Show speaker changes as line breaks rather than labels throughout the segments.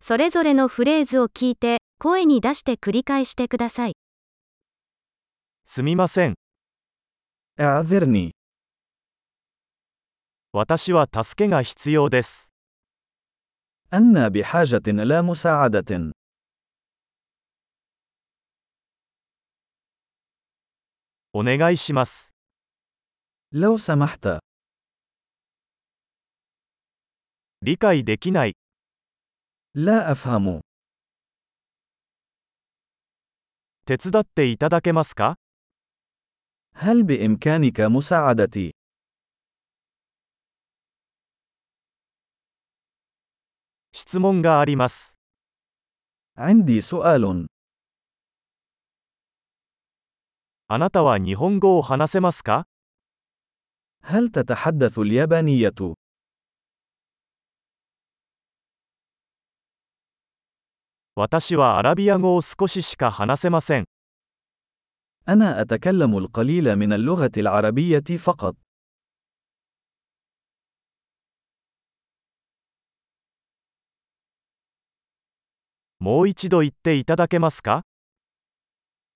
それぞれのフレーズを聞いて、声に出して繰り返してください。
すみません。
اعذرني
私は助けが必要です。
أنا بحاجة إلى مساعدة
お願いします。
لو سمحت
理解できない。
لا أفهم
手伝っていただけますか
هل بإمكانك مساعدتي
質問があります。
عندي سؤال
あなたは日本語を話せますか
هل تتحدث اليابانية
私はアラビア語を少ししか話せません。
أنا أتكلم القليل من اللغة العربية فقط
もう一度言っていただけますか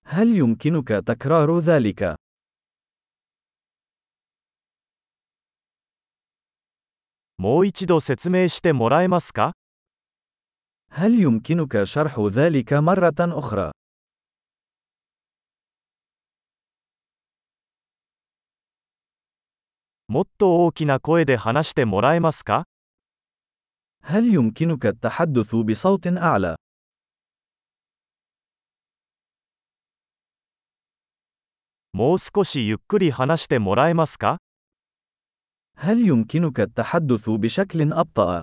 هل يمكنك تكرار ذلك
もう一度説明してもらえますか
هل يمكنك شرح ذلك مرة أخرى
もっと大きな声で話してもらえますか
هل يمكنك التحدث بصوت أعلى
もう少しゆっくり話してもらえますか
هل يمكنك التحدث بشكل أبطأ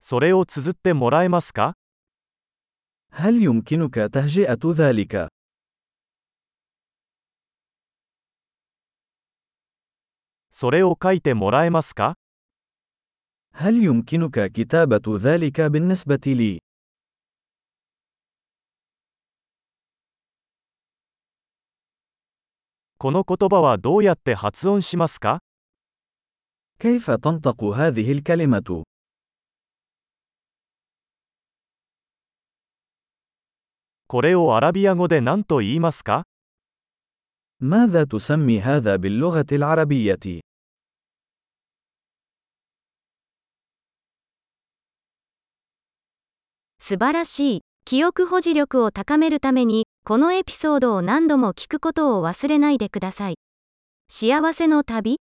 それを綴ってもらえますか
هل يمكنك تهجئة ذلك؟
それを書いてもらえますか
هل يمكنك كتابة ذلك بالنسبة لي؟
この言葉はどうやって発音しますか
كيف تنطق هذه الكلمة؟
これをアラビア語で何と言いますか
ماذا تسمي هذا باللغة العربية؟
素晴らしい。記憶保持力を高めるために、このエピソードを何度も聞くことを忘れないでください。幸せの旅